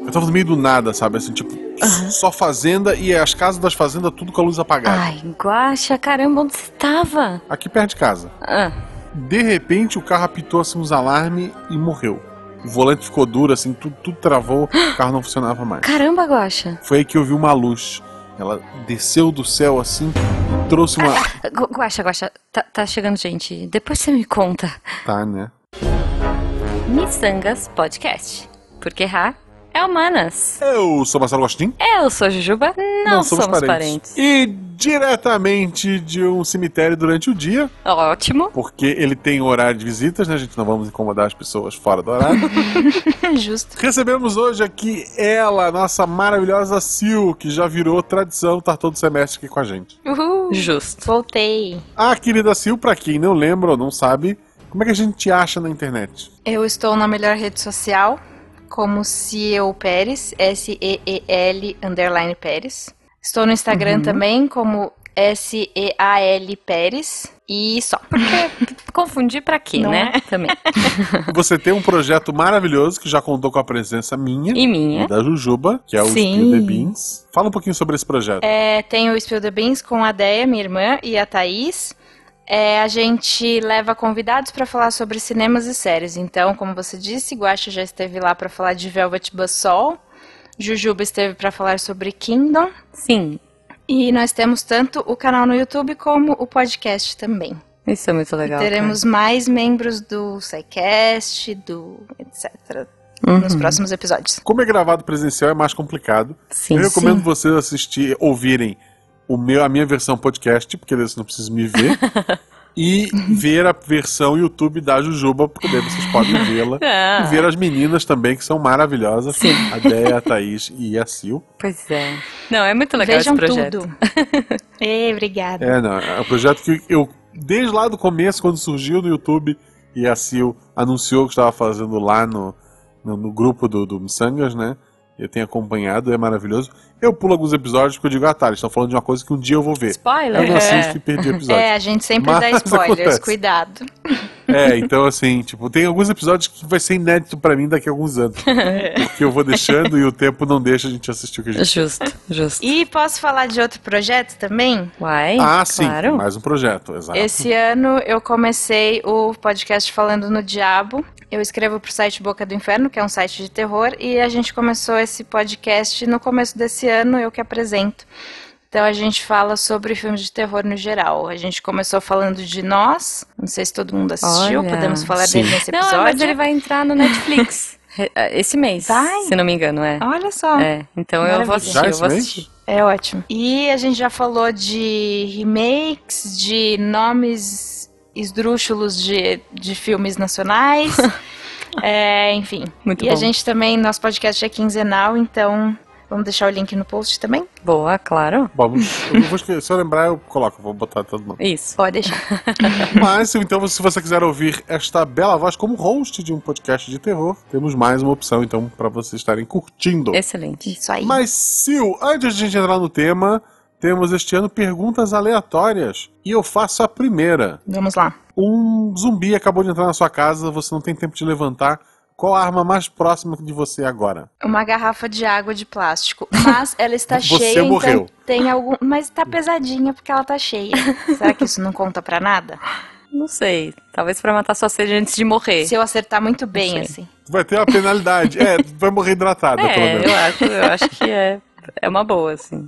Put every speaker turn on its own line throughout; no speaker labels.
Eu tava no meio do nada, sabe? Assim, tipo, só fazenda e as casas das fazendas tudo com a luz apagada.
Ai, guaxa, caramba, onde você tava?
Aqui perto de casa.
Ah,
De repente o carro apitou assim uns alarme e morreu. O volante ficou duro, assim, tudo, tudo travou, o carro não funcionava mais.
caramba, guaxa.
Foi aí que eu vi uma luz. Ela desceu do céu assim, trouxe uma.
Gu- Guaxa, guaxa, tá, tá chegando gente. Depois você me conta.
Tá, né?
Missangas Podcast. Porque Rá é humanas.
Eu sou Marcelo Agostinho.
Eu sou Jujuba, não, somos parentes.
E diretamente de um cemitério durante o dia,
Ótimo,
porque ele tem horário de visitas, né? A gente não vamos incomodar as pessoas fora do horário.
justo.
Recebemos hoje aqui ela, nossa maravilhosa Sil, que já virou tradição, tá todo semestre aqui com a gente.
Uhul.
Justo.
Voltei.
Ah, querida Sil, pra quem não lembra ou não sabe, como é que a gente te acha na internet?
Eu estou na melhor rede social, como Ciel Pérez, S-E-E-L underline Pérez. Estou no Instagram também, como S-E-A-L Pérez. E só.
Porque confundir pra quê,
Não é?
né? Também.
Você tem um projeto maravilhoso que já contou com a presença minha
E minha.
e da Jujuba, que é o
Sim.
Spill the Beans. Fala um pouquinho sobre esse projeto.
É, tenho o Spill the Beans com a Deia, minha irmã, e a Thaís. É, a gente leva convidados para falar sobre cinemas e séries. Então, como você disse, Guaxa já esteve lá para falar de Velvet Buzzsaw. Jujuba esteve para falar sobre Kingdom.
Sim,
E nós temos tanto o canal no YouTube como o podcast também.
isso é muito legal. cara.
Teremos mais membros do SciCast, do etc.
Uhum.
nos próximos episódios.
Como é gravado presencial é mais complicado.
Sim,
eu recomendo
sim.
vocês assistir, ouvirem o meu, a minha versão podcast, porque daí vocês não precisam me ver. e ver a versão YouTube da Jujuba, porque daí vocês podem vê-la.
Ah,
E ver as meninas também, que são maravilhosas.
Sim.
A Déia, a Thaís e a Sil.
Pois é. Não, é muito legal
Vejam
esse projeto.
tudo. Ei, obrigada.
É, não, é um projeto que eu, desde lá do começo, quando surgiu no YouTube, e a Sil anunciou que estava fazendo lá no, no, no grupo do, do Missangas, né? Eu tenho acompanhado, é maravilhoso. Eu pulo alguns episódios porque eu digo, ah tá, eles estão falando de uma coisa que um dia eu vou ver.
Spoiler?
Eu não
é.
assisto e perdi o episódio.
É, a gente sempre dá
Mas
spoilers,
acontece.
cuidado.
É, então assim, tipo, tem alguns episódios que vai ser inédito pra mim daqui a alguns anos. Porque eu vou deixando e o tempo não deixa a gente assistir o que a gente.
É. Justo, justo.
E posso falar de outro projeto também?
Uai,
Ah, sim,
claro.
mais um projeto, exato.
Esse ano eu comecei o podcast Falando no Diabo. Eu escrevo pro site Boca do Inferno, que é um site de terror, e a gente começou esse podcast no começo desse ano, eu que apresento. Então a gente fala sobre filmes de terror no geral. A gente começou falando de Nós, não sei se todo mundo assistiu,
Olha.
podemos falar
Sim.
dele nesse
Não, é,
episódio.
mas ele vai entrar no Netflix re- ah, esse mês,
Vai?
se não me engano, é.
Olha só.
É, então eu vou
Maravilha.
assistir,
Já
eu
esse
vou
mês?
assistir.
É ótimo. E a gente já falou de remakes, de nomes esdrúxulos de, de filmes nacionais. É, enfim.
Muito
e
bom.
a gente também, nosso podcast é quinzenal, então vamos deixar o link no post também?
Boa, claro.
Bom, eu vou esquecer, se eu lembrar, eu coloco, vou botar todo mundo.
Isso.
Pode deixar.
Mas, então, se você quiser ouvir esta bela voz como host de um podcast de terror, temos mais uma opção, então, para vocês estarem curtindo.
Excelente.
Isso aí.
Mas, Sil, antes de a gente entrar no tema, temos este ano perguntas aleatórias. E eu faço a primeira.
Vamos lá.
Um zumbi acabou de entrar na sua casa, você não tem tempo de levantar. Qual a arma mais próxima de você agora?
Uma garrafa de água de plástico, mas ela está
Você
cheia,
morreu.
então tem algum, mas tá pesadinha porque ela tá cheia. Será que isso não conta pra nada?
Não sei. Talvez pra matar sua sede antes de morrer.
Se eu acertar muito bem
sei.
assim.
Vai ter uma penalidade. é, vai morrer hidratada, pelo
É,
menos.
eu acho, eu acho que é, é uma boa, assim.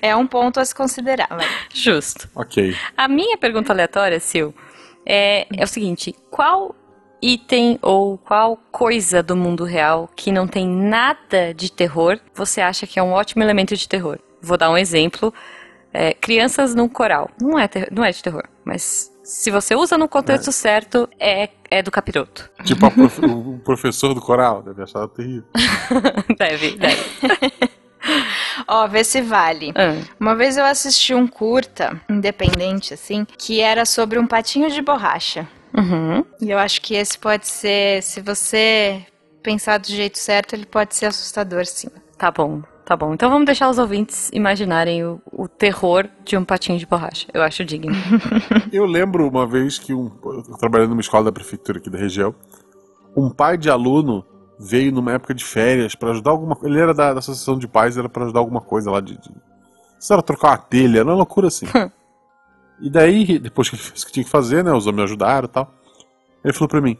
É um ponto a se considerar. vai.
Justo.
Ok.
A minha pergunta aleatória, Sil, é, é o seguinte: qual item ou qual coisa do mundo real que não tem nada de terror você acha que é um ótimo elemento de terror? Vou dar um exemplo: é, crianças num coral. Não é, ter- não é de terror, mas se você usa no contexto certo, é, é do capiroto.
Tipo a prof- o professor do coral, deve achar terrível.
deve, deve.
Ó, vê se vale.
Ah,
Uma vez eu assisti um curta, independente assim, que era sobre um patinho de borracha.
uhum.
E eu acho que esse pode ser, se você pensar do jeito certo, ele pode ser assustador, sim.
Tá bom, tá bom. Então vamos deixar os ouvintes imaginarem o, o terror de um patinho de borracha. Eu acho digno.
Eu lembro uma vez que um, eu trabalhando numa escola da prefeitura aqui da região, um pai de aluno veio numa época de férias para ajudar alguma coisa. Ele era da, da Associação de Pais, era para ajudar alguma coisa lá de. de... Isso era trocar uma telha, era uma loucura assim. e daí, depois que ele fez o que tinha que fazer, né? Os homens ajudaram e tal. Ele falou para mim: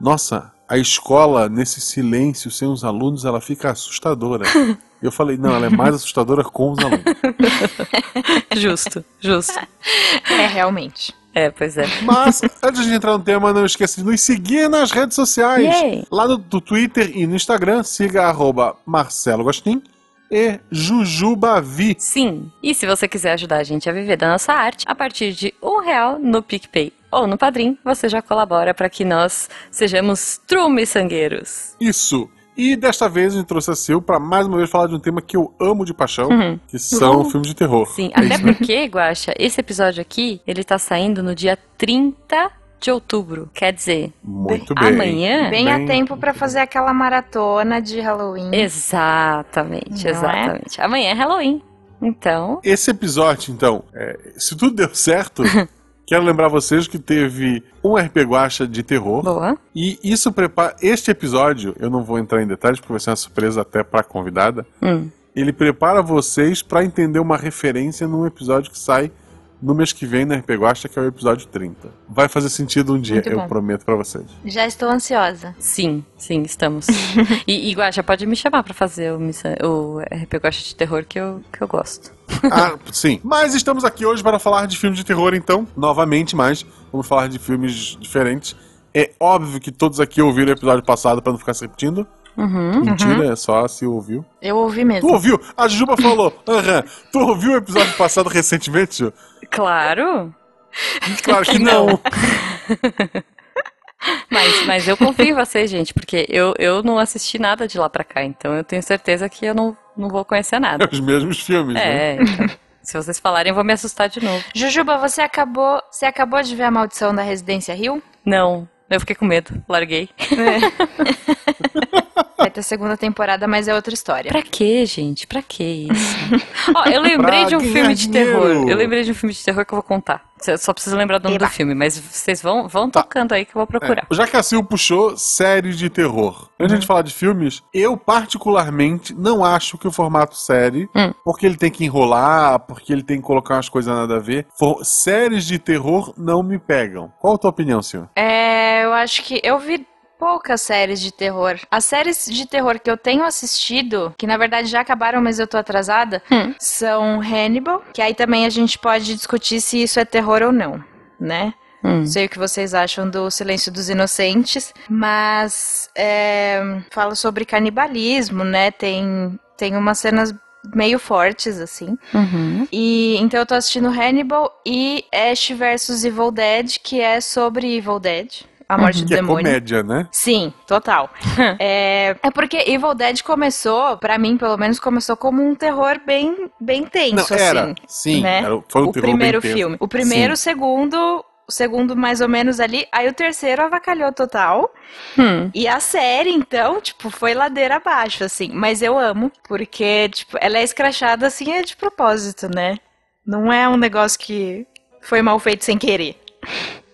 Nossa, a escola, nesse silêncio, sem os alunos, ela fica assustadora. Eu falei, não, ela é mais assustadora com os alunos.
Justo, justo.
É, realmente.
É, pois é.
Mas, antes de entrar no tema, não esqueça de nos seguir nas redes sociais.
Yay.
Lá no, no Twitter e no Instagram, siga arroba Marcelo Gostin e Jujubavi.
Sim. E se você quiser ajudar a gente a viver da nossa arte, a partir de um real no PicPay ou no Padrim, você já colabora para que nós sejamos trume sangueiros.
Isso. E desta vez eu trouxe a Sil para mais uma vez falar de um tema que eu amo de paixão,
Uhum.
que são filmes de terror.
Sim,
é.
até porque, Guaxa, esse episódio aqui, ele tá saindo no dia 30 de outubro. Quer dizer,
Muito bem.
amanhã?
Bem,
Bem-
a tempo pra fazer aquela maratona de Halloween.
Exatamente,
Hum. Não é?
exatamente. Amanhã é Halloween. Então,
Esse episódio, então, é, se tudo deu certo, quero lembrar vocês que teve um RP Guacha de terror.
boa.
E isso prepara. Este episódio, eu não vou entrar em detalhes porque vai ser uma surpresa até pra convidada.
Hum.
Ele prepara vocês pra entender uma referência num episódio que sai no mês que vem na RP Guacha, que é o episódio 30. Vai fazer sentido um dia,
Muito
eu
bom.
prometo pra vocês.
Já estou ansiosa.
Sim, sim, estamos. e, e Guaxa, pode me chamar pra fazer o, missa- o RP Guaxa de terror que eu, que eu gosto.
Ah, sim. Mas estamos aqui hoje para falar de filmes de terror, então. Novamente, mas vamos falar de filmes diferentes. É óbvio que todos aqui ouviram o episódio passado para não ficar se repetindo.
Uhum.
Mentira, é só se ouviu.
Eu ouvi
Tu
mesmo.
ouviu? A Juba falou. Aham. Tu ouviu o episódio passado recentemente, Ju?
Claro,
Claro que não.
mas, mas eu confio em vocês, gente, porque eu, eu não assisti nada de lá pra cá, então eu tenho certeza que eu não, não vou conhecer nada.
Os mesmos filmes, né?
É, então, se vocês falarem, eu vou me assustar de novo.
Jujuba, você acabou, você acabou de ver a maldição da Residência Rio?
Não, eu fiquei com medo, larguei.
Vai ter segunda temporada, mas é outra história.
Pra quê, gente? Pra quê isso? Ó, eu lembrei
Pra
de um
ganhar
filme de terror.
dinheiro.
Eu lembrei de um filme de terror que eu vou contar. Eu só preciso lembrar o nome do
Eba.
filme, mas vocês vão, vão
Tá.
tocando aí que eu vou
é
procurar.
Já que a Sil puxou série de terror. Antes de falar de filmes, eu particularmente não acho que o formato série,
Hum.
porque ele tem que enrolar, porque ele tem que colocar umas coisas nada a ver. For- séries de terror não me pegam. Qual a tua opinião, Sil?
É, eu acho que eu vi poucas séries de terror. As séries de terror que eu tenho assistido, que na verdade já acabaram, mas eu tô atrasada,
Hum.
são Hannibal, que aí também a gente pode discutir se isso é terror ou não, né?
Hum.
É.
Não sei o que vocês acham do Silêncio dos Inocentes, mas é, fala sobre canibalismo, né? Tem, tem umas cenas meio fortes, assim.
Uhum.
E então eu tô assistindo Hannibal e Ash vs Evil Dead, que é sobre Evil Dead, a morte do
Que é
demônio.
comédia, né?
Sim, total. é, é porque Evil Dead começou, pra mim pelo menos, começou como um terror bem, bem tenso,
não, era.
assim.
Sim,
né?
era, foi um
o
terror
primeiro
bem tenso.
filme. O primeiro,
Sim.
o segundo, o segundo mais ou menos ali. Aí o terceiro avacalhou total.
Hum.
E a série, então, tipo, foi ladeira abaixo, assim. Mas eu amo, porque, tipo, ela é escrachada, assim, é de propósito, né? Não é um negócio que foi mal feito sem querer.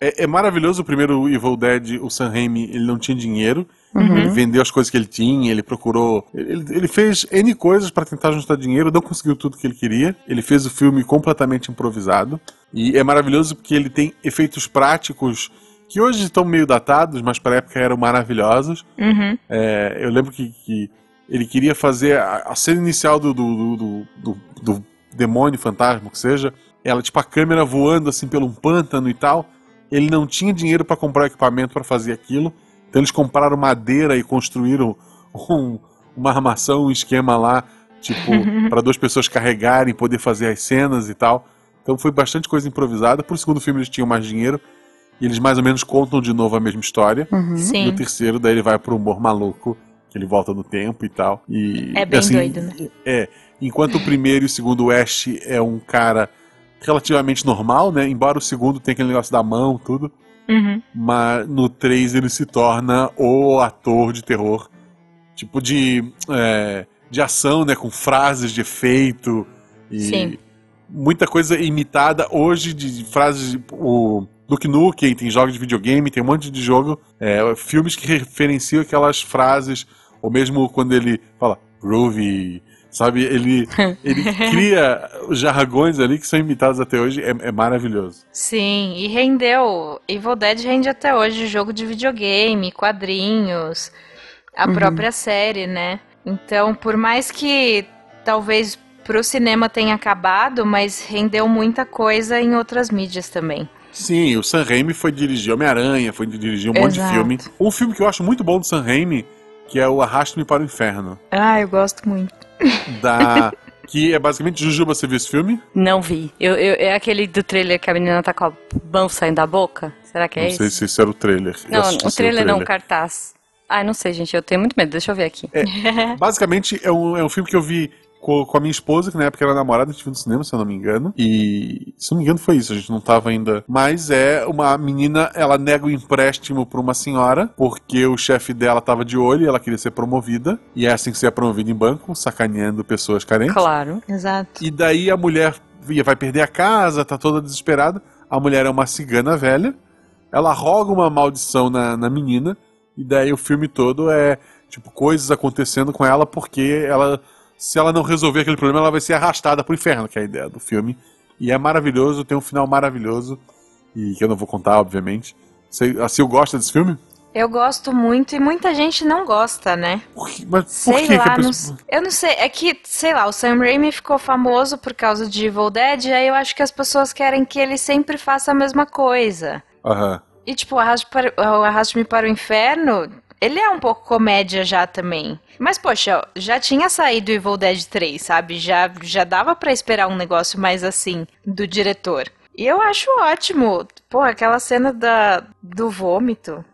É, é maravilhoso o primeiro Evil Dead, o Sam Raimi, ele não tinha dinheiro.
Uhum.
Ele vendeu as coisas que ele tinha, ele procurou. Ele, ele fez N coisas pra tentar juntar dinheiro, não conseguiu tudo que ele queria. Ele fez o filme completamente improvisado. E é maravilhoso porque ele tem efeitos práticos que hoje estão meio datados, mas pra época eram maravilhosos.
Uhum.
É, eu lembro que, que ele queria fazer a, a cena inicial do, do, do, do- do- do demônio, fantasma, o que seja, ela tipo a câmera voando assim pelo um pântano e tal. Ele não tinha dinheiro para comprar equipamento para fazer aquilo, então eles compraram madeira e construíram um- uma armação, um esquema lá, tipo para duas pessoas carregarem, poder fazer as cenas e tal. Então foi bastante coisa improvisada. Pro segundo filme eles tinham mais dinheiro e eles mais ou menos contam de novo a mesma história.
Uhum.
E o
Sim.
terceiro, daí ele vai pro humor maluco, que ele volta no tempo e tal. E,
É bem
assim,
doido, né?
É. Enquanto o primeiro e o segundo, o Ash é um cara relativamente normal, né? Embora o segundo tenha aquele negócio da mão, tudo.
Uhum.
Mas no 3 ele se torna o ator de terror. Tipo de. é, de ação, né? Com frases de efeito. E
Sim.
Muita coisa imitada hoje de frases. de- O Duke Nukem, tem jogos de videogame, tem um monte de jogo. é, filmes que referenciam aquelas frases, ou mesmo quando ele fala groovy, sabe? Ele, ele cria jargões ali que são imitados até hoje, é, é maravilhoso.
Sim, e rendeu. Evil Dead rende até hoje jogo de videogame, quadrinhos, a
Uhum.
própria série, né? Então, por mais que talvez pro cinema tenha acabado, mas rendeu muita coisa em outras mídias também.
Sim, o Sam Raimi foi dirigir Homem-Aranha, foi dirigir um monte de
Exato.
filme. Um filme que eu acho muito bom do Sam Raimi, que é o Arraste-me para o Inferno.
Ah, eu gosto muito.
Da... que é basicamente Jujuba, você viu esse filme?
Não vi. Eu, eu- é aquele do trailer que a menina tá com a mão saindo da boca? Será que é
não
isso?
sei se isso era o trailer. Eu
Não,
assisti
o
o
trailer não, o
trailer. É?
cartaz. Ai, não sei, gente, eu tenho muito medo. Deixa eu ver aqui.
Basicamente, é um, é um filme que eu vi co- com, a minha esposa, que na época era namorada, a gente viu no cinema, se eu não me engano. E, se eu não me engano, foi isso, a gente não tava ainda. Mas é uma menina, ela nega o empréstimo pra uma senhora, porque o chefe dela tava de olho e ela queria ser promovida. E é assim que se é promovida em banco, sacaneando pessoas carentes.
Claro.
Exato.
E daí a mulher ia- vai perder a casa, tá toda desesperada. A mulher é uma cigana velha. Ela roga uma maldição na, na menina. E daí o filme todo é, tipo, coisas acontecendo com ela, porque ela, se ela não resolver aquele problema, ela vai ser arrastada pro inferno, que é a ideia do filme. E é maravilhoso, tem um final maravilhoso. E que eu não vou contar, obviamente. Você, a Sil gosta desse filme?
Eu gosto muito e muita gente não gosta, né?
Por que- mas por
Sei
que, que
lá,
a
não
pessoa...
s- eu não sei, é que, sei lá, o Sam Raimi ficou famoso por causa de Evil Dead, e aí eu acho que as pessoas querem que ele sempre faça a mesma coisa.
Aham.
E tipo, o Arraste para- o Arraste-me para, o Inferno, ele é um pouco comédia já também. Mas poxa, já tinha saído Evil Dead 3, sabe? Já, já dava pra esperar um negócio mais assim, do diretor. E eu acho ótimo. Pô, aquela cena da, do vômito.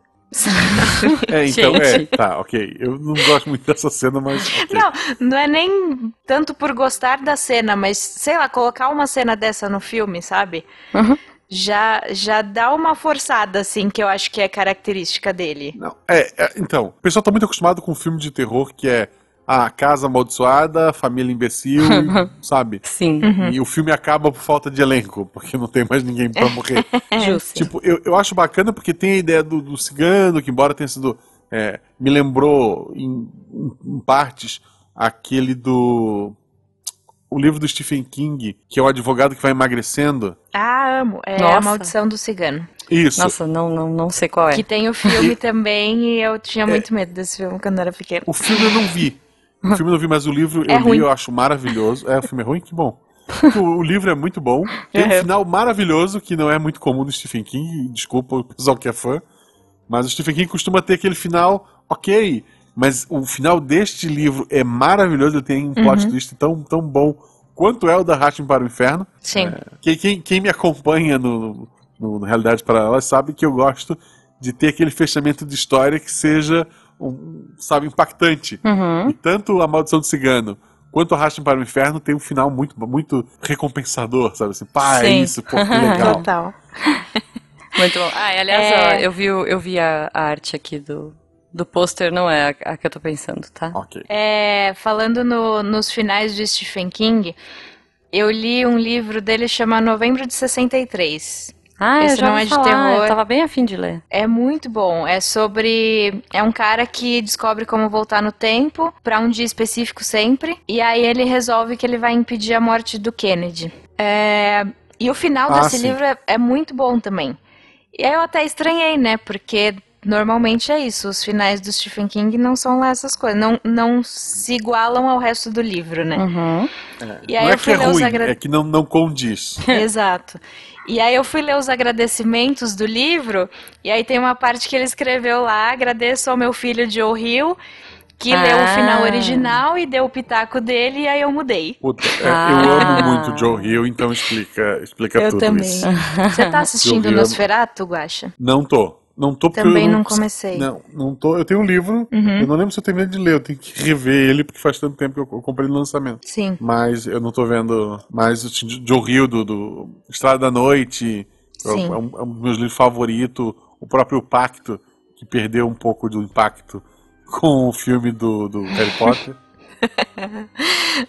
É, então, é,
Gente.
tá, ok. Eu não gosto muito dessa cena, mas. ok.
Não, não é nem tanto por gostar da cena, mas sei lá, colocar uma cena dessa no filme, sabe?
Uhum.
Já, já dá uma forçada, assim, que eu acho que é característica dele.
Não, é, é, então, o pessoal tá muito acostumado com filme de terror que é a casa amaldiçoada, família imbecil, e- sabe?
Sim,
Uhum.
E o filme acaba por falta de elenco, porque não tem mais ninguém pra morrer.
É.
justo.
Tipo, eu, eu acho bacana porque tem a ideia do, do cigano, que embora tenha sido. é, me lembrou em, em- em partes aquele do. O livro do Stephen King, que é o advogado que vai emagrecendo.
Ah, amo. É a
Nossa.
Maldição do Cigano.
Isso.
Nossa, não, não, não sei qual é.
Que tem o filme também, e eu tinha muito medo desse filme quando era pequena.
O filme eu não vi. O filme eu não vi, mas o livro eu
É
li,
ruim.
eu acho maravilhoso. É, o filme é ruim? Que bom. Porque O, o livro é muito bom. Tem um
Uhum.
final maravilhoso, que não é muito comum do Stephen King. Desculpa o pessoal que é fã. Mas o Stephen King costuma ter aquele final ok. Mas o final deste livro é maravilhoso. Ele tem um plot
Uhum.
twist tão, tão bom quanto é o da Hatchim para o Inferno.
Sim.
Quem, quem, quem me acompanha no, no- no Realidade Paralela sabe que eu gosto de ter aquele fechamento de história que seja, um, sabe, impactante.
Uhum.
E tanto a Maldição do Cigano quanto Arrastem para o Inferno tem um final muito, muito recompensador, sabe? Assim, pá, é
Sim.
isso, pô, que legal.
Total.
Muito bom. Ah, e aliás,
É.
ó, eu vi, o- eu vi a, a arte aqui do, do pôster, não é a, a que eu tô pensando, tá?
ok.
É, falando no- nos finais de Stephen King, eu li um livro dele chama Novembro de 63.
Ah,
Esse
eu já
não
ouvi
é de
falar,
terror.
Eu tava bem afim de ler.
É muito bom. É sobre. É um cara que descobre como voltar no tempo pra um dia específico sempre. E aí ele resolve que ele vai impedir a morte do Kennedy. É, E o final
Ah,
desse
sim.
livro é, é muito bom também. E aí eu até estranhei, né? Porque normalmente é isso. Os finais do Stephen King não são lá essas coisas. Não, não se igualam ao resto do livro, né?
Uhum.
E aí
não é
eu
que
fui
é
ler os
ruim,
agra-
é que não, não condiz.
Exato. E aí eu fui ler os agradecimentos do livro, e aí tem uma parte que ele escreveu lá, agradeço ao meu filho Joe Hill, que
Ah.
leu o final original e deu o pitaco dele, e aí eu mudei.
Puta, é, Eu
Ah.
amo muito o Joe Hill, então explica, explica
eu
tudo
também.
isso.
Você tá assistindo
Joe Hill é-
Nosferatu, Guaxa?
Não tô. Não tô porque
Também
eu
não comecei.
Não, não tô. Eu tenho um livro,
Uhum.
eu não lembro se eu terminei de ler, eu tenho que rever ele porque faz tanto tempo que eu eu comprei no lançamento.
Sim.
Mas eu não tô vendo mais assim, o Tim- Joe Hill do, do Estrada da Noite. É um,
Sim.
é um- é um dos meus livros favoritos. O próprio Pacto, que perdeu um pouco do impacto com o filme do, do Harry Potter.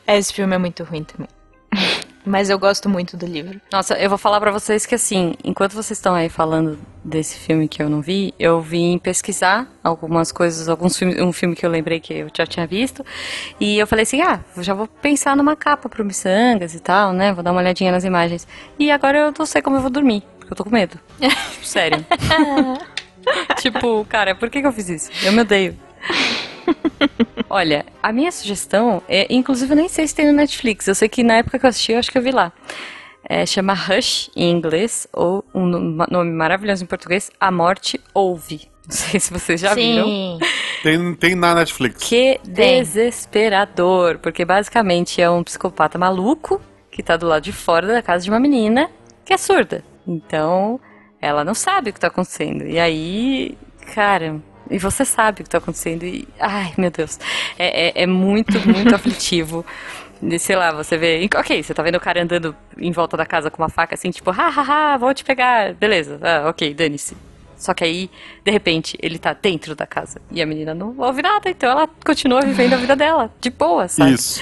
É, Esse filme é muito ruim também. Mas eu gosto muito do livro.
Nossa, eu vou falar pra vocês que assim, enquanto vocês estão aí falando desse filme que eu não vi, eu vim pesquisar algumas coisas, alguns filmes, um filme que eu lembrei que eu já tinha visto, e eu falei assim, ah, eu já vou pensar numa capa pro Missangas e tal, né? Vou dar uma olhadinha nas imagens. E agora eu não sei como eu vou dormir, porque eu tô com medo. tipo, sério. tipo, cara, por que, que eu fiz isso? Eu me odeio. Olha, a minha sugestão, é, inclusive eu nem sei se tem no Netflix, eu sei que na época que eu assisti, eu acho que eu vi lá. É, chama Rush em inglês, ou um nome nome maravilhoso em português, A Morte Ouve. Não sei se vocês já viram.
Sim.
Tem, tem na Netflix.
Que
Tem.
desesperador, porque basicamente é um psicopata maluco que tá do lado de fora da casa de uma menina que é surda. Então, ela não sabe o que tá acontecendo. E aí, cara, e você sabe o que tá acontecendo. E, ai, meu Deus. É, é- é muito, muito aflitivo. E, Sei lá, você vê. Ok, você tá vendo o cara andando em volta da casa com uma faca assim, tipo, ha, ha, ha, vou te pegar. Beleza, ah, ok, dane-se. Só que aí, de repente, ele tá dentro da casa. E a menina não ouve nada, então ela continua vivendo a vida dela, de boa, sabe?
Isso.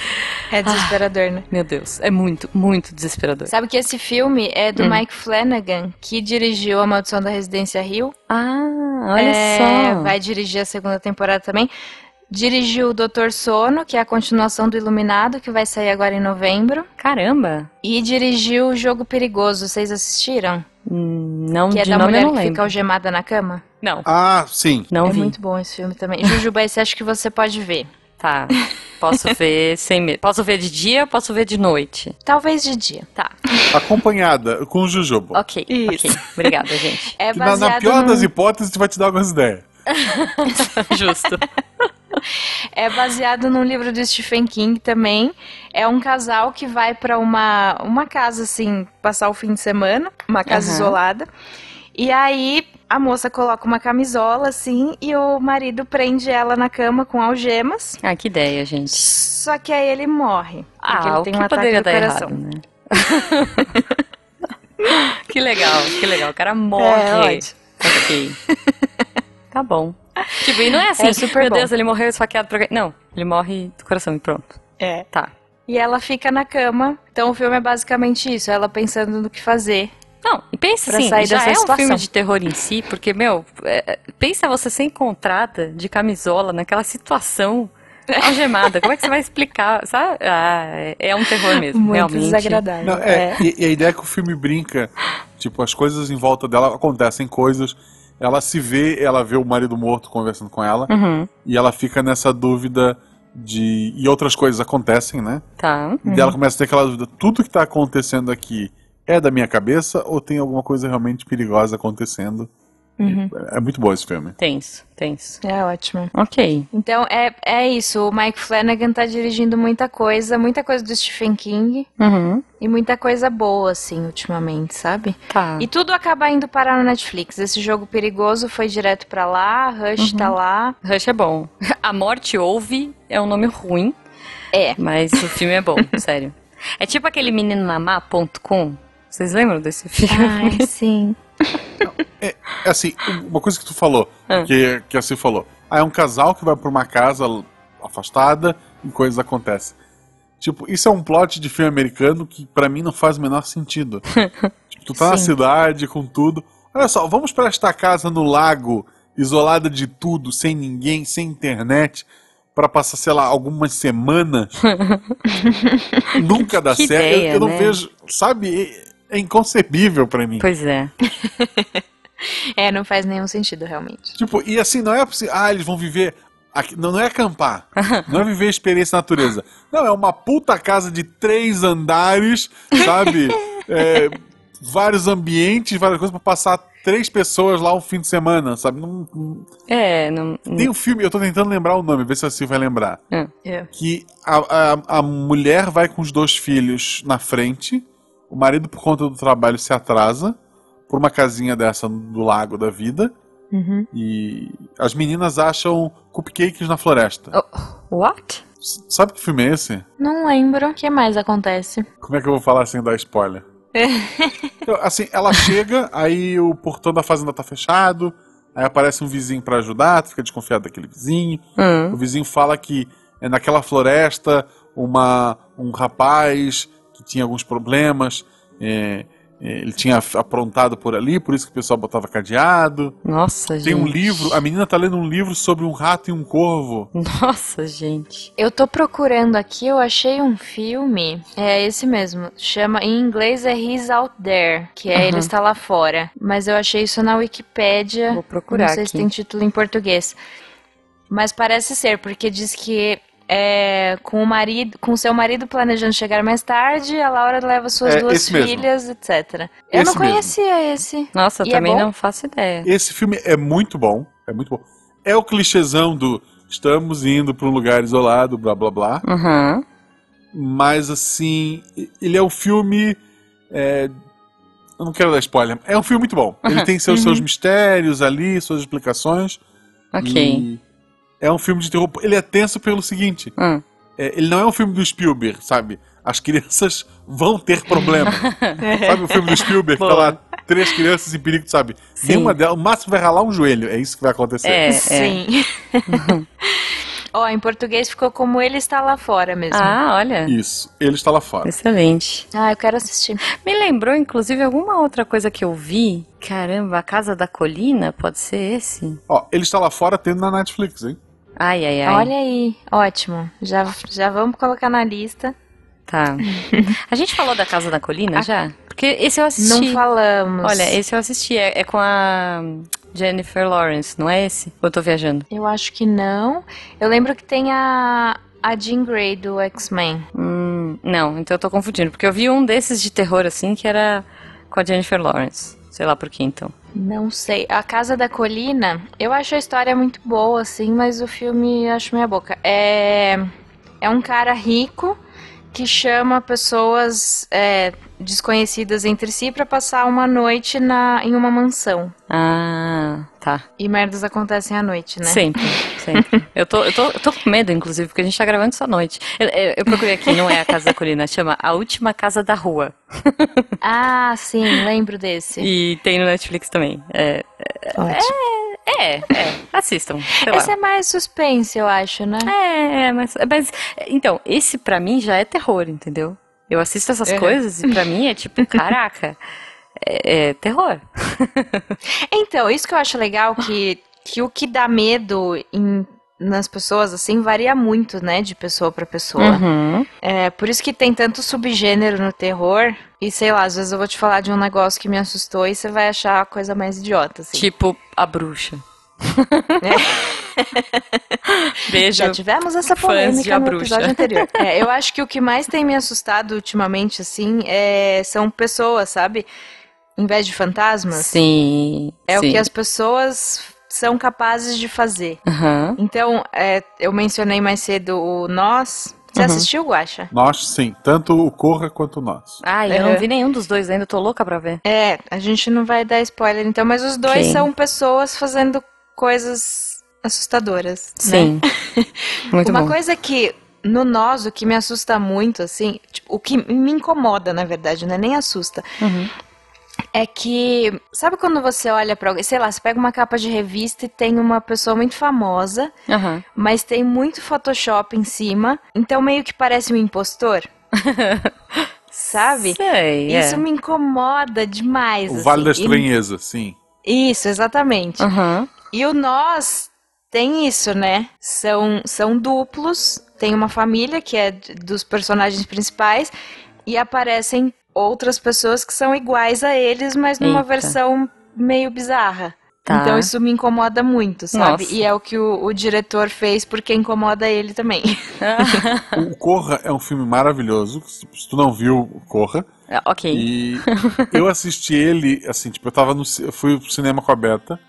É desesperador, né?
Meu Deus, é muito, muito desesperador.
Sabe que esse filme é
Hum.
do Mike Flanagan, que dirigiu A Maldição da Residência Hill.
Ah, olha
É,
só.
Vai dirigir a segunda temporada também. Dirigiu o Doutor Sono, que é a continuação do Iluminado, que vai sair agora em novembro.
Caramba.
E dirigiu o Jogo Perigoso, vocês assistiram?
Hum, Não,
Que é
de
da
nome
mulher
eu não
que
lembro.
fica algemada na cama.
Não,
Ah, sim.
não
é
vi.
muito bom esse filme também. Jujuba, esse acho que você pode ver.
Tá. Posso ver sem medo. Posso ver de dia, posso ver de noite.
Talvez de dia.
Tá.
Acompanhada com o Jujubo.
Ok.
Isso.
Ok. Obrigada, gente.
É
Que na, na
baseado
pior
num-
das hipóteses, tu vai te dar algumas ideias.
Justo.
É baseado num livro do Stephen King também. É um casal que vai pra uma, uma casa, assim, passar o fim de semana, uma casa
Aham.
isolada. E aí a moça coloca uma camisola, assim, e o marido prende ela na cama com algemas.
Ah, que ideia, gente.
Só que aí ele morre.
Ah,
Porque ele
o
tem
que
um ataque
poderia
do
dar
coração.
errado, né? que legal, que legal. O cara
É,
morre.
ótimo.
ok. Tá bom. Tipo, e não é assim,
É super
meu
bom.
Deus, ele morreu esfaqueado por... alguém." Não, ele morre do coração e pronto.
É.
Tá.
E ela fica na cama. Então o filme é basicamente isso, ela pensando no que fazer.
Não, e pensa
Pra
assim,
sair
já
dessa
é um
situação.
filme de terror em si, porque, meu, é, é, pensa você ser encontrada de camisola naquela situação algemada. Como é que você vai explicar, sabe? Ah, é- é um terror mesmo,
Muito
realmente.
desagradável.
Não, é, E, e a ideia é que o filme brinca, tipo, as coisas em volta dela acontecem coisas. Ela se vê, ela vê o marido morto conversando com ela,
Uhum,
e ela fica nessa dúvida de. E outras coisas acontecem, né?
tá.
E daí ela começa a ter aquela dúvida: tudo que tá acontecendo aqui é da minha cabeça ou tem alguma coisa realmente perigosa acontecendo? É muito bom esse filme.
Tenso, tenso.
É ótimo.
Ok.
Então é, é isso, o Mike Flanagan tá dirigindo muita coisa, muita coisa do Stephen King
Uhum.
e muita coisa boa, assim, ultimamente, sabe?
Tá.
E tudo acaba indo parar no Netflix. Esse jogo perigoso foi direto pra lá, Rush tá lá.
Rush é bom. A Morte Ouve é um nome ruim,
É.
mas o filme é bom, sério. É tipo aquele menino na má.com. Vocês lembram desse filme?
Ai, sim.
É assim, uma coisa que tu falou,
Ah.
que, que assim falou. Ah, é um casal que vai pra uma casa afastada e coisas acontecem. Tipo, isso é um plot de filme americano que pra mim não faz o menor sentido. tipo, tu tá na
Sim.
cidade com tudo. Olha só, vamos pra esta casa no lago, isolada de tudo, sem ninguém, sem internet, pra passar, sei lá, algumas semanas. Nunca dá
Que
certo. Eu-
ideia,
eu, não
né?
vejo, sabe? É inconcebível pra mim.
Pois é.
É, não faz nenhum sentido, realmente.
Tipo, e assim, não é possível. Ah, eles vão viver. aqui- Não, não é acampar. não é viver a experiência natureza. Não, é uma puta casa de três andares, sabe? É, vários ambientes, várias coisas pra passar três pessoas lá um fim de semana, sabe? Não- não-
É, não.
tem um filme, eu tô tentando lembrar o nome, ver se a Sil vai lembrar.
É.
Que a, a, a mulher vai com os dois filhos na frente, o marido, por conta do trabalho, se atrasa por uma casinha dessa do lago da vida.
Uhum.
E as meninas acham cupcakes na floresta.
What?
S- Sabe que filme é esse?
Não lembro. O que mais acontece?
Como é que eu vou falar sem dar spoiler? Então, assim, ela chega, aí o portão da fazenda tá fechado, aí aparece um vizinho pra ajudar, tu fica desconfiado daquele vizinho.
Hum.
O vizinho fala que é naquela floresta uma, um rapaz que tinha alguns problemas, é, é, ele tinha aprontado por ali, por isso que o pessoal botava cadeado.
Nossa,
Tem
gente.
um livro, a menina tá lendo um livro sobre um rato e um corvo.
Nossa, gente.
Eu tô procurando aqui, eu achei um filme, é esse mesmo, chama, em inglês é He's Out There, que é
Aham.
Ele Está Lá Fora, mas eu achei isso na Wikipédia,
Vou procurar
não sei se
aqui.
tem título em português, mas parece ser, porque diz que é, com o marido, com seu marido planejando chegar mais tarde, a Laura leva suas
É,
duas
esse mesmo.
filhas, etc. Eu não
Esse mesmo.
conhecia esse.
Nossa, eu
E é
também
bom?
não faço ideia.
Esse filme é muito bom, é muito bom. É o clichêzão do estamos indo para um lugar isolado, blá blá blá.
Aham.
mas assim, e- ele é um filme. é, eu não quero dar spoiler. É um filme muito bom. Ele tem
Uhum.
seus, seus mistérios ali, suas explicações.
Ok.
E é um filme de terror. Ele é tenso pelo seguinte:
Hum.
é, ele não é um filme do Spielberg, sabe? As crianças vão ter problema. sabe o filme do Spielberg? Tá
Boa.
lá três crianças em perigo, sabe?
Sim.
Nenhuma delas, o máximo vai ralar um joelho. É isso que vai acontecer.
É, Uhum. é.
Sim. Ó, em português ficou como Ele Está Lá Fora mesmo.
Ah, olha.
Isso. Ele está lá fora.
Excelente.
Ah, eu quero assistir.
Me lembrou, inclusive, alguma outra coisa que eu vi. Caramba, a Casa da Colina? Pode ser esse?
Ó, ele está lá fora tendo na Netflix, hein?
Ai, ai, ai.
Olha aí, ótimo. Já, já vamos colocar na lista.
Tá. A gente falou da Casa da Colina já? Porque esse eu
Não
assisti.
falamos.
Olha, esse eu assisti. É, é com a Jennifer Lawrence, não é esse? Ou eu tô viajando?
eu acho que não. Eu lembro que tem a, a Jean Grey do X-Men.
Hum, não, então eu tô confundindo. Porque eu vi um desses de terror, assim, que era com a Jennifer Lawrence. Sei lá por que, então.
Não sei. A Casa da Colina, eu acho a história muito boa, assim, mas o filme acho meia boca. É, é um cara rico que chama pessoas é, desconhecidas entre si pra passar uma noite na, em uma mansão.
Ah, tá.
E merdas acontecem à noite, né?
Sempre, sempre. Eu tô, eu, tô, eu tô com medo, inclusive, porque a gente tá gravando isso à noite. Eu, eu- eu procurei aqui, não é a Casa da Colina, chama A Última Casa da Rua.
Ah, sim, lembro desse.
E tem no Netflix também. É,
Ótimo.
é, é, assistam, sei lá.
Esse é mais suspense, eu acho, né?
É, é, mas, mas, então, esse pra mim já é terror, entendeu? Eu assisto essas
Uhum.
coisas e pra mim é tipo, caraca, é, é terror.
Então, isso que eu acho legal, que, que o que dá medo em- nas pessoas, assim, varia muito, né, de pessoa pra pessoa.
Uhum.
É por isso que tem tanto subgênero no terror. E sei lá, às vezes eu vou te falar de um negócio que me assustou e você vai achar a coisa mais idiota, assim.
Tipo, a bruxa. É. Beijo.
Já tivemos essa
fãs de
polêmica
A
no
Bruxa.
episódio anterior. É, eu acho que o que mais tem me assustado ultimamente, assim, é- são pessoas, sabe? Em vez de fantasmas,
Sim,
é
sim.
o que as pessoas são capazes de fazer.
Aham.
Então, é, eu mencionei mais cedo o Nós. Você
Uhum.
assistiu, Guaxa?
Nós, sim. Tanto o Corra quanto o Nós.
Ai, eu
Uhum.
não vi nenhum dos dois ainda, tô louca pra ver. né?
É, a gente não vai dar spoiler então, mas os dois
Ok.
são pessoas fazendo coisas assustadoras. né?
Sim. Muito
Uma
bom.
coisa que no nós o que me assusta muito, assim, tipo, o que me incomoda, na verdade, não é nem assusta,
Uhum.
é que sabe quando você olha pra alguém, sei lá, você pega uma capa de revista e tem uma pessoa muito famosa,
Aham.
mas tem muito Photoshop em cima, então meio que parece um impostor. Sabe?
Sei, é.
Isso me incomoda demais.
O Vale da
assim, e-
Estranheza, sim.
Isso, exatamente.
Aham.
E o nós tem isso, né? São, são duplos, tem uma família que é d- dos personagens principais e aparecem outras pessoas que são iguais a eles, mas numa
Eita.
versão meio bizarra.
Tá.
Então isso me incomoda muito, sabe?
Nossa.
E é o que o, o diretor fez porque incomoda ele também.
O Corra é um filme maravilhoso. Se se tu não viu, Corra.
Ah, ok.
E eu assisti ele, assim, tipo, eu tava no. ci- Eu fui pro cinema com a Beta.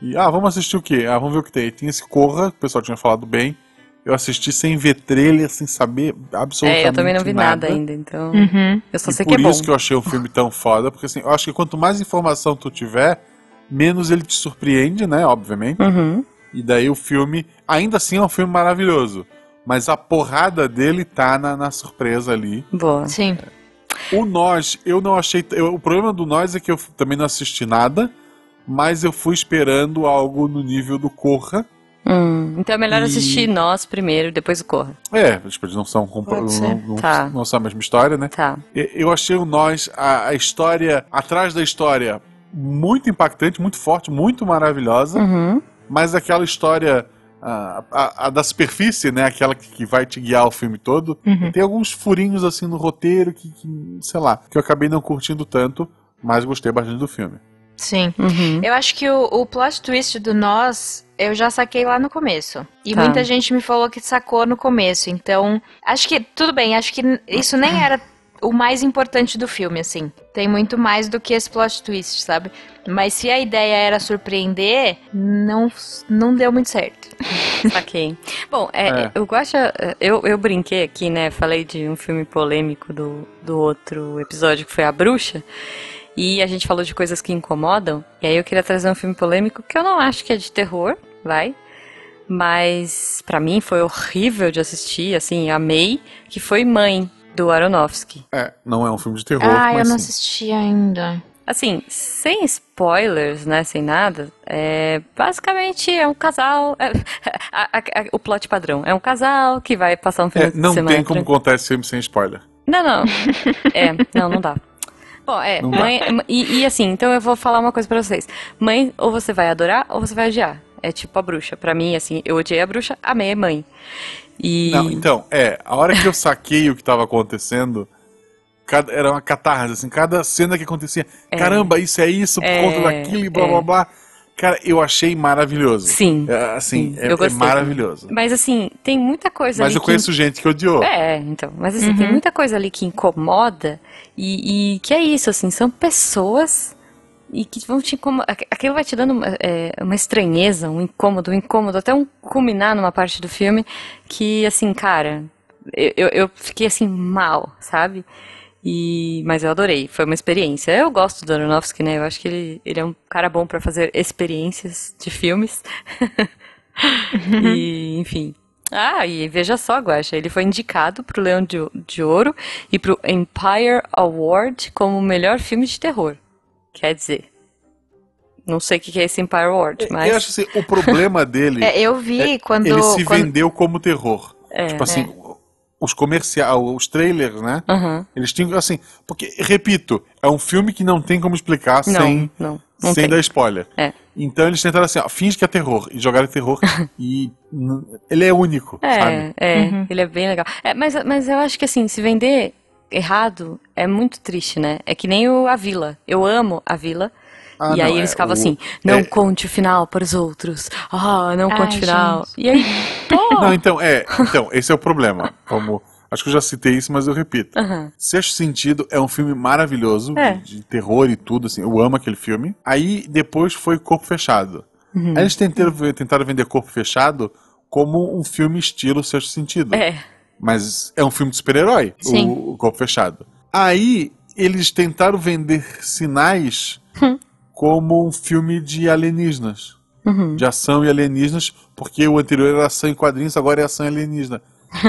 E, ah, vamos assistir o quê? Ah, vamos ver o que tem. Tinha esse Corra, que o pessoal tinha falado bem. Eu assisti sem ver trailer, sem saber absolutamente
É,
nada.
eu também não vi nada, ainda, então.
Uhum.
Eu só
E
sei que
por
é bom.
isso que eu achei o filme tão foda, porque assim, eu acho que quanto mais informação tu tiver, menos ele te surpreende, né, obviamente.
Uhum.
E daí o filme, ainda assim é um filme maravilhoso. Mas a porrada dele tá na, na surpresa ali.
Boa.
Sim.
O Nós, eu não achei. eu- o problema do Nós é que eu f- também não assisti nada, mas eu fui esperando algo no nível do Corra.
Hum, então é melhor assistir nós primeiro, depois o Corra.
É, tipo, eles não são compa-
Pode ser.
não, não,
Tá.
não são a mesma história, né?
Tá.
E- Eu achei o Nós, a, a história atrás da história, muito impactante, muito forte, muito maravilhosa.
Uhum.
Mas aquela história ah, a, a da superfície, né? Aquela que, que vai te guiar o filme todo.
Uhum.
Tem alguns furinhos assim no roteiro que, que, sei lá, que eu acabei não curtindo tanto, mas gostei bastante do filme.
Sim.
Uhum.
Eu acho que o, o plot twist do Nós, eu já saquei lá no começo. E
Tá.
muita gente me falou que sacou no começo. Então, acho que, tudo bem, acho que n- isso nem era o mais importante do filme, assim. Tem muito mais do que esse plot twist, sabe? Mas se a ideia era surpreender, não, não deu muito certo.
Saquei. Bom, é,
É.
eu gosto. é, Eu, eu brinquei aqui, né? Falei de um filme polêmico do, do outro episódio que foi A Bruxa. E a gente falou de coisas que incomodam. E aí eu queria trazer um filme polêmico que eu não acho que é de terror, vai. Mas pra mim foi horrível de assistir, assim, amei, que foi Mãe, do Aronofsky.
É, não é um filme de terror,
ah, eu
mas
não
sim.
assisti ainda.
Assim, sem spoilers, né? Sem nada. É, basicamente é um casal. é, a- a- a- o plot padrão. É um casal que vai passar um final
É,
de
não
semana.
tem como contar esse filme sem spoiler.
Não, não. É, não, não dá. Bom, é,
Não dá.
mãe. E, e assim, então eu vou falar uma coisa pra vocês. Mãe, ou você vai adorar, ou você vai odiar. É tipo a bruxa. Pra mim, assim, eu odiei a bruxa, amei a mãe. E.
Não, então, é, a hora que eu saquei o que tava acontecendo, cada- era uma catarse, assim, cada cena que acontecia, caramba, isso é isso, por
É,
conta daquilo e blá blá blá. Cara, eu achei maravilhoso.
Sim.
É, assim,
Sim,
é,
eu
é
gostei.
maravilhoso.
Mas assim, tem muita coisa
Mas
ali
eu
que
conheço gente que odiou.
É, então. Mas assim, tem muita coisa ali que incomoda e, e que é isso, assim, são pessoas e que vão te incomodar. Aquilo vai te dando uma, é, uma estranheza, um incômodo, um incômodo, até um culminar numa parte do filme que, assim, cara, eu, eu- eu fiquei assim mal, sabe? E, mas eu adorei, foi uma experiência. Eu gosto do Aronofsky, né? Eu acho que ele, ele é um cara bom pra fazer experiências de filmes. E, enfim. Ah, e veja só, Guaxa, ele foi indicado pro Leão de, de Ouro e pro Empire Award como o melhor filme de terror. Quer dizer, não sei o que que é esse Empire Award, mas
Eu acho assim, o problema dele,
É, eu vi quando.
ele se
quando-
vendeu como terror.
É,
tipo assim, os comerciais, os trailers, né?
Aham.
Eles tinham, assim, porque, repito, é um filme que não tem como explicar
não,
sem,
não, não
sem
tem.
dar spoiler.
É.
Então eles tentaram assim, ó, finge que é terror e jogaram terror e n- ele é único, sabe?
É, é, ele é bem legal. É, mas, mas eu acho que assim, se vender errado é muito triste, né? É que nem o A Vila. Eu amo A Vila.
Ah,
e aí
não,
eles
é,
ficavam
o-
assim, não
é-
conte o final para os outros. Ah, não conte o
Ai,
final. E aí, pô!
Não, então, é, então, esse é o problema. Como acho que eu já citei isso, mas eu repito.
Aham.
Sexto Sentido é um filme maravilhoso
É.
de, de terror e tudo assim. Eu amo aquele filme. Aí depois foi Corpo Fechado.
Uhum.
Aí eles tentaram, tentaram vender Corpo Fechado como um filme estilo Sexto Sentido.
É.
Mas é um filme de super-herói,
Sim.
o, o Corpo Fechado. Aí eles tentaram vender sinais
Hum.
como um filme de alienígenas.
Uhum.
De ação e alienígenas, porque o anterior era ação em quadrinhos, agora é ação e alienígena.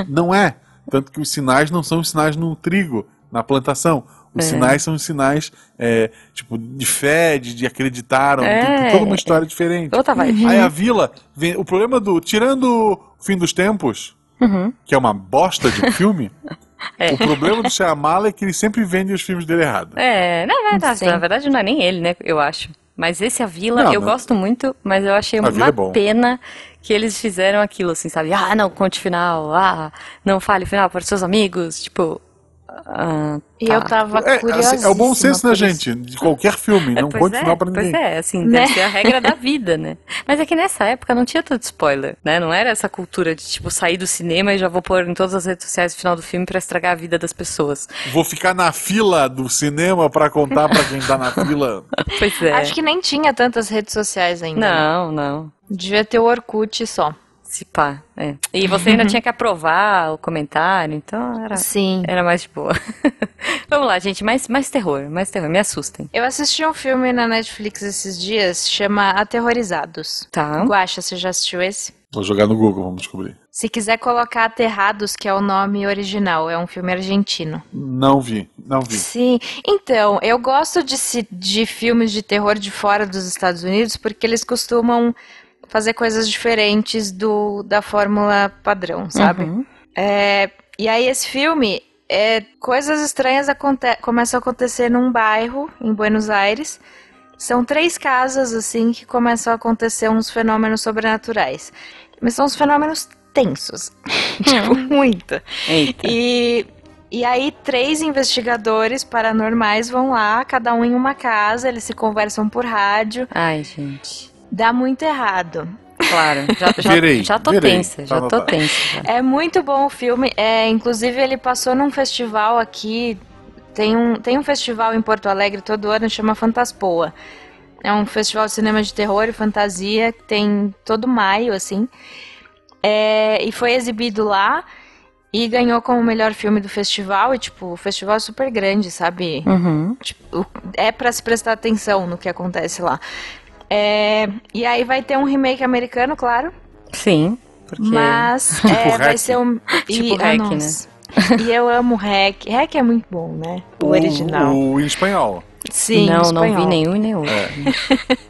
Não é. Tanto que os sinais não são os sinais no trigo, na plantação. Os
É.
sinais são os sinais, é, tipo, de fé, de, de acreditaram.
É.
Tem toda uma história diferente.
Outra vibe.
Aí a vila, vem- o problema do. Tirando o fim dos tempos,
Uhum.
que é uma bosta de filme,
É.
o problema do Shyamala é que ele sempre vende os filmes dele errado.
É, na verdade,
Sim.
na verdade não é nem ele, né? Eu acho. Mas esse A Vila,
Não,
eu
não.
gosto muito, mas eu achei
A Vila
uma
é bom.
pena que eles fizeram aquilo, assim, sabe? Ah, não conte o final, ah, não fale o final para os seus amigos, tipo. ah,
E
tá.
eu tava
É,
curiosa.
assim, é o bom senso da gente, de qualquer filme,
É,
não
pois
conte
é,
final pra
pois
ninguém.
é, assim,
Né?
deve ser a regra da vida, né? Mas é que nessa época não tinha tanto spoiler, né? Não era essa cultura de, tipo, sair do cinema e já vou pôr em todas as redes sociais o final do filme pra estragar a vida das pessoas.
Vou ficar na fila do cinema pra contar pra quem tá na fila.
Pois é.
Acho que nem tinha tantas redes sociais ainda.
Não, não.
Devia ter o Orkut só.
Se pá, é. E você ainda tinha que aprovar o comentário, então era,
Sim.
era mais de boa. Vamos lá, gente, mais, mais terror, mais terror, me assustem.
Eu assisti um filme na Netflix esses dias, chama Aterrorizados.
Tá?
Guaxa, você já assistiu esse?
Vou jogar no Google, vamos descobrir.
Se quiser colocar Aterrados, que é o nome original, é um filme argentino.
Não vi, não vi.
Sim, então, eu gosto de, se- de filmes de terror de fora dos Estados Unidos porque eles costumam fazer coisas diferentes do da fórmula padrão, sabe?
Uhum.
É, e aí esse filme, é, coisas estranhas aconte- começam a acontecer num bairro em Buenos Aires. São três casas assim que começam a acontecer uns fenômenos sobrenaturais, mas são uns fenômenos tensos, tipo muita.
Eita.
E, e aí, três investigadores paranormais vão lá, cada um em uma casa, eles se conversam por rádio.
Ai, gente.
Dá muito errado.
Claro. Já, já,
Virei,
já tô
virei.
tensa, já
Tá
tô
anotado.
tensa. já.
É muito bom o filme. É, inclusive, ele passou num festival aqui. Tem um, tem um festival em Porto Alegre todo ano, chama Fantaspoa. É um festival de cinema de terror e fantasia, que tem todo maio, assim. É, e foi exibido lá e ganhou como melhor filme do festival. E, tipo, o festival é super grande, sabe?
Uhum.
Tipo, é pra se prestar atenção no que acontece lá. É, e aí vai ter um remake americano, claro.
Sim. Porque...
Mas é, vai
hack.
ser um.
Tipo
ah,
hack, né?
nossa. E eu amo hack. Hack é muito bom, né? O original.
O, o em espanhol.
Sim,
não, não vi
espanhol.
nenhum e nem outro.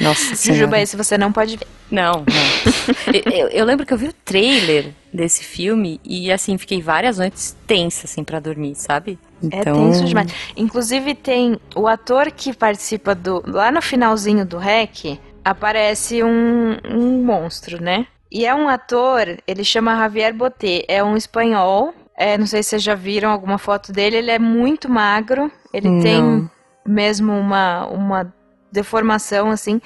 Nossa
Jujuba,
senhora.
esse você não pode ver.
Não, não. Eu- eu, eu lembro que eu vi o trailer desse filme e, assim, fiquei várias noites tensa, assim, pra dormir, sabe?
É
Então,
tenso demais. Inclusive, tem o ator que participa do. Lá no finalzinho do hack, aparece um, um monstro, né? E é um ator, ele chama Javier Botet, é um espanhol. É, não sei se vocês já viram alguma foto dele, ele é muito magro, ele tem
Não.
mesmo uma, uma deformação, assim.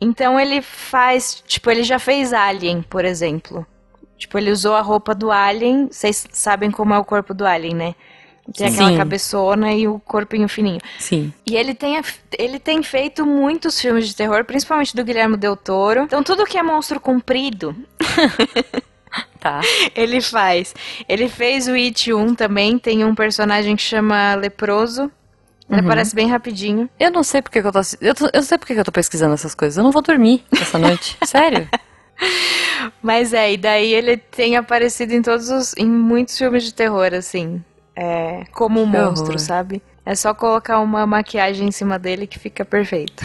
Então ele faz, tipo, ele já fez Alien, por exemplo. Tipo, ele usou a roupa do Alien, vocês sabem como é o corpo do Alien, né? Tem aquela
Sim.
cabeçona e o corpinho fininho.
Sim.
E ele tem, ele tem feito muitos filmes de terror, principalmente do Guilherme Del Toro. Então tudo que é monstro comprido,
Tá.
ele faz. Ele fez o It 1 também, tem um personagem que chama Leproso. Ele aparece bem rapidinho.
Eu não sei porque que eu tô, assi- eu tô- eu não sei porque que eu tô pesquisando essas coisas. Eu não vou dormir essa noite. Sério?
Mas é, e daí ele tem aparecido em todos os. em muitos filmes de terror, assim. É, como um
Que horror.
monstro, sabe? É só colocar uma maquiagem em cima dele que fica perfeito.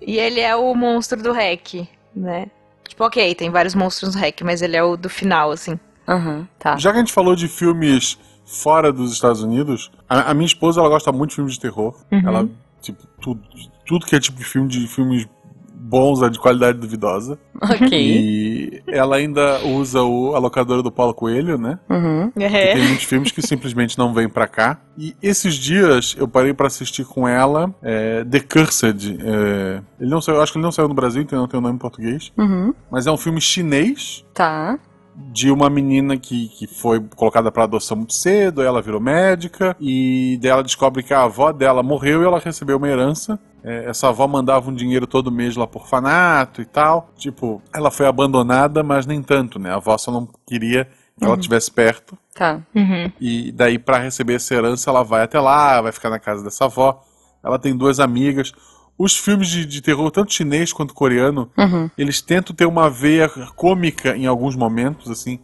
e ele é o monstro do hack, né? Tipo, ok, tem vários monstros no hack, mas ele é o do final, assim.
Aham, tá.
Já que a gente falou de filmes fora dos Estados Unidos, a, a minha esposa ela gosta muito de filmes de terror. Ela, tipo, tudo, tudo que é tipo de filme, de filmes bons, de qualidade duvidosa.
Ok.
E ela ainda usa o, a locadora do Paulo Coelho, né?
Uhum.
É.
Tem muitos filmes que simplesmente não vêm pra cá. E esses dias eu parei pra assistir com ela é, The Cursed. é, ele não saiu, acho que ele não saiu no Brasil, então não tem o nome em português.
Uhum.
Mas é um filme chinês
Tá.
de uma menina que, que foi colocada pra adoção muito cedo, aí ela virou médica, e daí ela descobre que a avó dela morreu e ela recebeu uma herança. É, Essa avó mandava um dinheiro todo mês lá pro orfanato e tal. Tipo, ela foi abandonada, mas nem tanto, né? A avó só não queria que ela estivesse perto.
Tá.
Uhum.
E daí, pra receber essa herança, ela vai até lá, vai ficar na casa dessa avó. Ela tem duas amigas. Os filmes de, de terror, tanto chinês quanto coreano,
Uhum.
eles tentam ter uma veia cômica em alguns momentos, assim,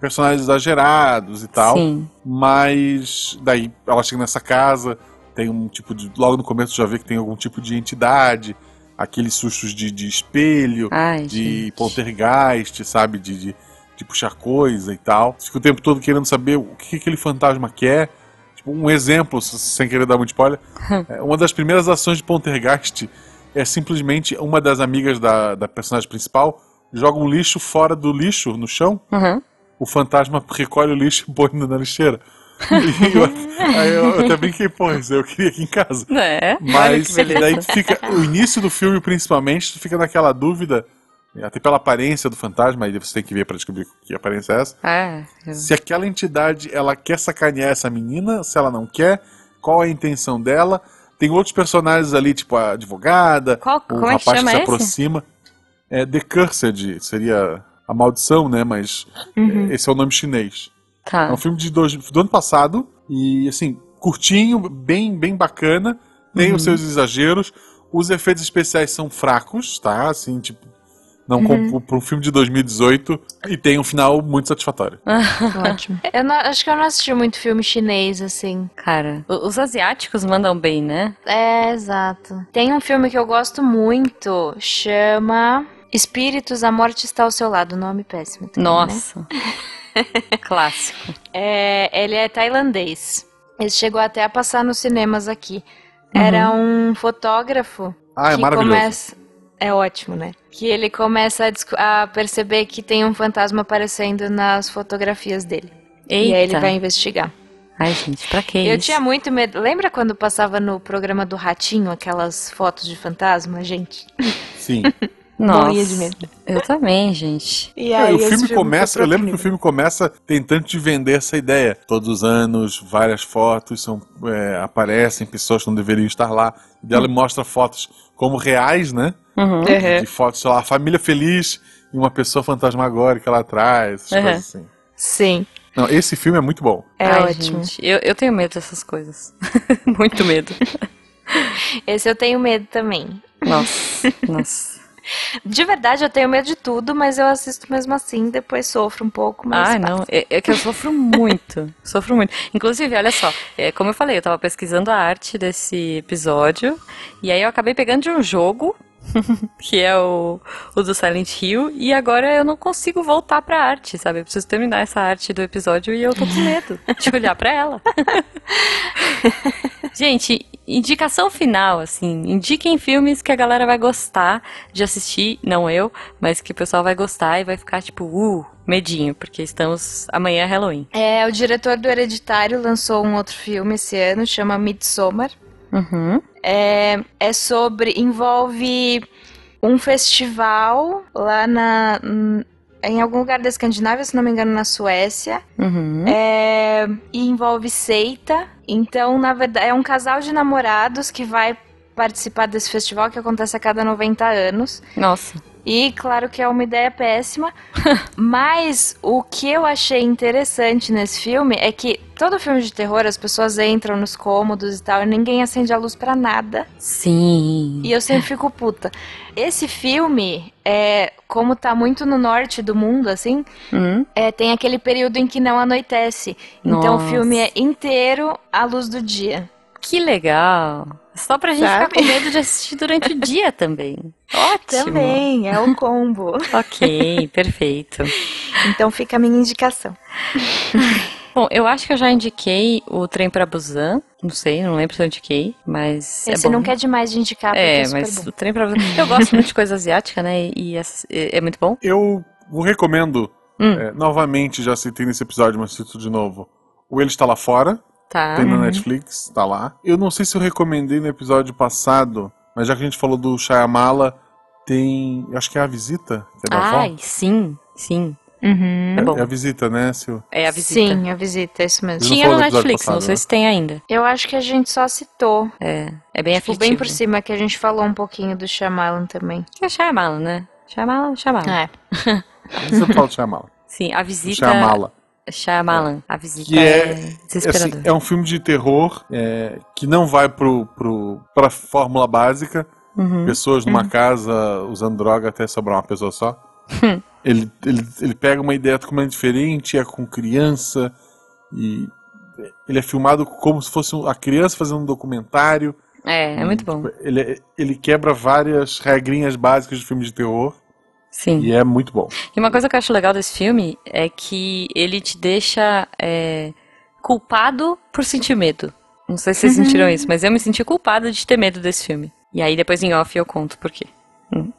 personagens exagerados e tal.
Sim.
Mas daí ela chega nessa casa, tem um tipo de. Logo no começo já vê que tem algum tipo de entidade, aqueles sustos de, de espelho
Ai,
de
gente.
poltergeist, sabe? De, de, de puxar coisa e tal. Fica o tempo todo querendo saber o que que aquele fantasma quer. Tipo, um exemplo, s- sem querer dar muito spoiler, é, uma das primeiras ações de poltergeist é simplesmente uma das amigas da, da personagem principal joga um lixo fora do lixo, no chão,
Uhum.
o fantasma recolhe o lixo e põe na lixeira. E eu, aí eu, eu até brinquei, pô, isso eu queria aqui em casa.
Né?
É. Olha que
Mas
beleza.
daí tu fica. O início do filme, principalmente, tu fica naquela dúvida, até pela aparência do fantasma, aí você tem que ver pra descobrir que aparência é essa.
Ah, eu-
Se aquela entidade ela quer sacanear essa menina, se ela não quer, qual é a intenção dela? Tem outros personagens ali, tipo a advogada,
Qual-
o
como é
rapaz
que
que,
chama
se
esse?
aproxima. É The Cursed, seria a maldição, né? Mas
Uhum.
Uhum.
é, esse é o nome chinês. É
tá.
um filme de dois, do ano passado e assim, curtinho, bem, bem bacana,
Uhum.
tem os seus exageros. Os efeitos especiais são fracos, tá? Assim, tipo, não uhum. para um filme de 2018 e tem um final muito satisfatório. Uhum.
Ótimo. Eu não- acho que eu não assisti muito filme chinês, assim.
Cara, o- os asiáticos mandam bem, né?
É, exato. Tem um filme que eu gosto muito, chama Espíritos, a morte está ao seu lado. Nome péssimo.
Uhum.
também,
Nossa. Clássico.
né? É, ele é tailandês. Ele chegou até a passar nos cinemas aqui. Era
Uhum.
um fotógrafo
Ah, é
que
maravilhoso.
começa. É ótimo, né? Que ele começa a, desco- a perceber que tem um fantasma aparecendo nas fotografias dele.
Eita.
E aí ele vai investigar.
Ai, gente, pra que
Eu
isso?
tinha muito medo. Lembra quando passava no programa do Ratinho aquelas fotos de fantasma, gente?
Sim.
Nossa.
Morria de medo.
Eu também, gente.
E
É,
aí
o
esse
filme começa,
foi
eu
pro
lembro que o filme começa tentando te vender essa ideia. Todos os anos, várias fotos são, é, aparecem, pessoas que não deveriam estar lá. E ela mostra fotos como reais, né?
Uhum.
Uhum.
De fotos, sei lá, família feliz e uma pessoa fantasmagórica lá atrás, essas
Uhum.
coisas assim.
Sim,
Não, esse filme é muito bom.
é
Ai,
ótimo.
gente, eu, eu tenho medo dessas coisas. Muito medo.
Esse eu tenho medo também.
Nossa, nossa.
De verdade, eu tenho medo de tudo, mas eu assisto mesmo assim, depois sofro um pouco, mas.
Ai, não, é, é que eu sofro muito. Sofro muito. Inclusive, olha só, é, como eu falei, eu tava pesquisando a arte desse episódio, e aí eu acabei pegando de um jogo, que é o, o do Silent Hill, e agora eu não consigo voltar pra arte, sabe? Eu preciso terminar essa arte do episódio e eu tô com medo de olhar pra ela. Gente, indicação final, assim, indiquem filmes que a galera vai gostar de assistir, não eu, mas que o pessoal vai gostar e vai ficar tipo, uh, medinho, porque estamos amanhã é Halloween.
É, o diretor do Hereditário lançou um outro filme esse ano, chama Midsommar.
Uhum.
É, é sobre. envolve um festival lá na. em algum lugar da Escandinávia, se não me engano, na Suécia.
Uhum.
É, e envolve seita. Então, na verdade, é um casal de namorados que vai participar desse festival que acontece a cada 90 anos.
Nossa.
E claro que é uma ideia péssima, mas o que eu achei interessante nesse filme é que todo filme de terror as pessoas entram nos cômodos e tal, e ninguém acende a luz pra nada.
Sim.
E eu sempre fico puta. Esse filme, é, como tá muito no norte do mundo, assim,
Hum.
é, tem aquele período em que não anoitece. Então
Nossa.
o filme é inteiro à luz do dia.
Que legal. Só pra gente
Sabe?
ficar com medo de assistir durante o dia também. Ótimo.
Também, é um combo.
Ok, perfeito.
então fica a minha indicação.
Bom, eu acho que eu já indiquei o Trem pra Busan. Não sei, não lembro se eu indiquei, mas é
Esse
bom.
nunca é demais de indicar, porque é,
É,
super
mas
bom.
o trem pra Eu gosto muito de coisa asiática, né? E, e essa- é, é muito bom.
Eu o recomendo,
Hum.
é, novamente, já citei nesse episódio, mas cito de novo. O Ele Está Lá Fora,
Tá.
tem na Netflix, tá lá. Eu não sei se eu recomendei no episódio passado, mas já que a gente falou do Shyamala, tem. eu Acho que é a visita? Que é da avó?
Ai, sim, sim.
É-
é bom.
É a visita, né, Sil?
É a visita.
Uhum. Sim, a visita, é isso mesmo.
Sim.
Tinha
falou
no
no episódio
Netflix,
passado,
não sei
né?
se tem ainda.
Eu acho que a gente só citou.
É bem
tipo,
aflitivo.
bem por cima que a gente falou um pouquinho do Shyamalan também.
Que é Shyamalan, né? Shyamalan, Shyamalan.
É.
Você fala do Shyamala.
Sim, a visita...
Shyamala.
Shyamalan. A visita
Que
é,
é-
desesperadora.
Assim, é um filme de terror é, que não vai pro, pro, pra fórmula básica.
Uhum.
pessoas numa casa usando droga até sobrar uma pessoa só.
Hum.
ele, ele, ele pega uma ideia totalmente diferente, é com criança, e ele é filmado como se fosse um- a criança fazendo um documentário.
É, é muito bom.
Ele, ele quebra várias regrinhas básicas de filme de terror,
Sim.
e é muito bom.
E uma coisa que eu acho legal desse filme é que ele te deixa é, culpado por sentir medo. Não sei se vocês sentiram isso, mas eu me senti culpada de ter medo desse filme. E aí depois em off eu conto por quê. Hum.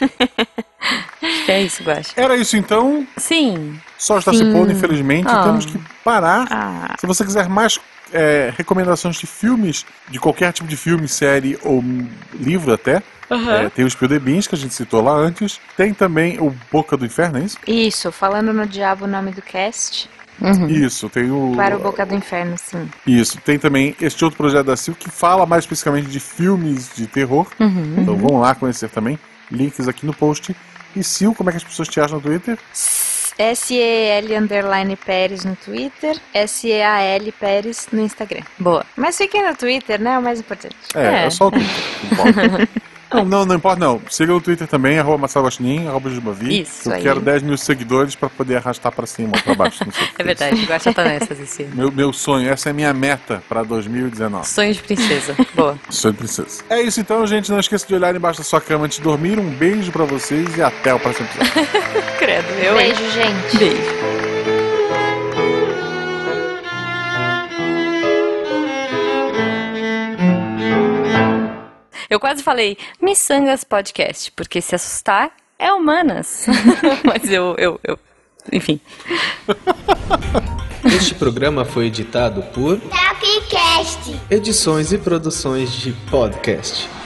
Acho que é isso, Guaxa.
Era isso então,
Sim,
só está se
Sim.
pondo, infelizmente,
Ah.
temos que parar.
Ah.
Se você quiser mais é, recomendações de filmes, de qualquer tipo de filme, série ou hum, livro até, é, tem o Spiel de Beans, que a gente citou lá antes. Tem também o Boca do Inferno, é isso?
Isso, falando no diabo o nome do cast.
Uhum.
Isso, tem o.
Para o Boca do Inferno, sim.
Isso, tem também este outro projeto da Sil que fala mais especificamente de filmes de terror.
Uhum.
Então vão lá conhecer também. Links aqui no post. E Sil, como é que as pessoas te acham no Twitter?
S-E-L underline Pérez no Twitter, S-E-A-L Pérez no Instagram.
boa.
Mas fiquem no Twitter, né? É o mais importante.
É, é,
É.
só o Twitter. não importa. Não, não, não importa, não. Siga no Twitter também, arroba Marcelo Guaxinim, arroba Jubavi.
Isso
Eu
aí.
quero 10 mil seguidores pra poder arrastar pra cima ou pra baixo. Não sei o que
É verdade, Guaxa tá nessas esse ano.
Meu, meu sonho, essa é a minha meta pra 2019.
Sonho de princesa. Boa.
Sonho de princesa. É isso então, gente. Não esqueça de olhar embaixo da sua cama antes de dormir. Um beijo pra vocês e até o próximo episódio.
Credo, eu hein?
Beijo, gente.
Beijo. Eu quase falei Missangas Podcast, porque se assustar é humanas. Mas eu, eu, eu. Enfim.
Este programa foi editado por
Tapcast.
Edições e Produções de Podcast.